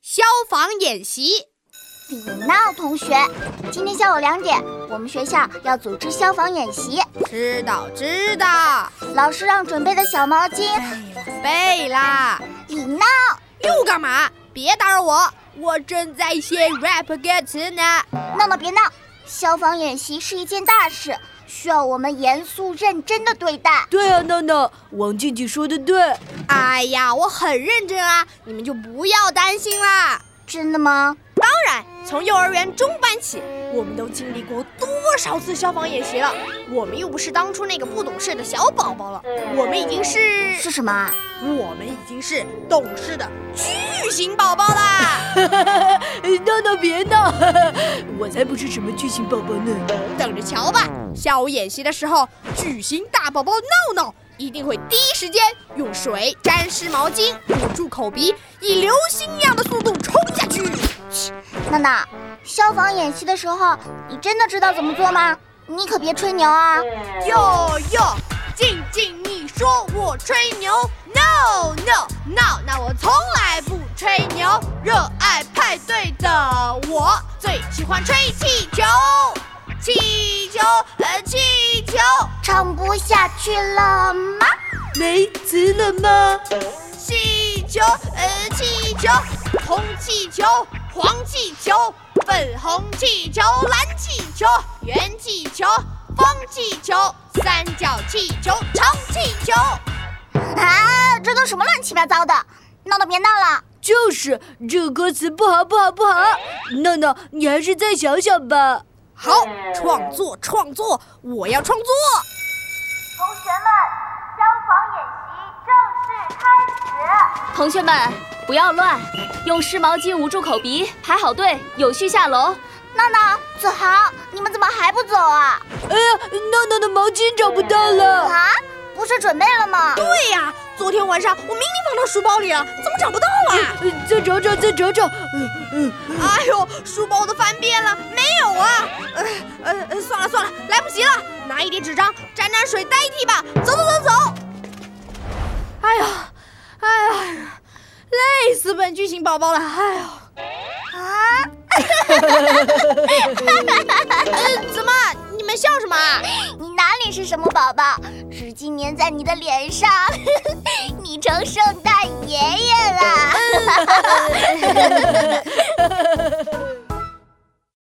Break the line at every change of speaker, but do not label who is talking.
消防演习。
李闹同学，今天下午两点，我们学校要组织消防演习。
知道知道，
老师让准备的小毛巾。
背啦，
李闹，
又干嘛？别打扰我，我正在写 rap 歌词呢。
闹闹别闹！消防演习是一件大事，需要我们严肃认真的对待。
对啊，闹闹，王静静说的对。
哎呀，我很认真啊，你们就不要担心啦。
真的吗？
当然，从幼儿园中班起，我们都经历过多少次消防演习了？我们又不是当初那个不懂事的小宝宝了，我们已经是，
是什么啊？
我们已经是懂事的巨型宝宝啦。
闹闹哎别闹， 我才不是什么巨型宝宝呢。
等着瞧吧，下午演习的时候，巨型大宝宝闹闹一定会第一时间用水沾湿毛巾，捂住口鼻，以流星一样的速度冲下去。
闹闹，消防演习的时候，你真的知道怎么做吗？你可别吹牛啊！
哟哟，静静，你说我吹牛？No No No，那我从来不吹牛。热爱派对的我最喜欢吹气球，气球呃气球。
唱不下去了吗？
没词了吗？
气球，呃，气球，红气球，黄气球，粉红气球，蓝气球，圆气球，风气球，三角气球，长气球。
啊，这都什么乱七八糟的！闹闹别闹了，
就是这个歌词不好，不好，不好。闹闹，你还是再想想吧。
好，创作，创作，我要创作。
同学们，消防演习正式开始。
同学们，不要乱，用湿毛巾捂住口鼻，排好队，有序下楼。
闹闹、子豪，你们怎么还不走啊？
哎呀，闹闹的毛巾找不到了。
啊，不是准备了吗？
对呀、昨天晚上我明明放到书包里了，怎么找不到啊？
呃再找找，再找找。嗯嗯，
哎呦，书包都翻遍了，没有啊。呃呃呃，算了算了，来不及了，拿一叠纸张沾沾水代替吧。走走走走。哎呦，哎呀，累死本巨型宝宝了。哎呦，
啊，
呃，怎么你们笑什么啊？
你哪里是什么宝宝？纸巾粘在你的脸上， 你成圣诞爷爷了。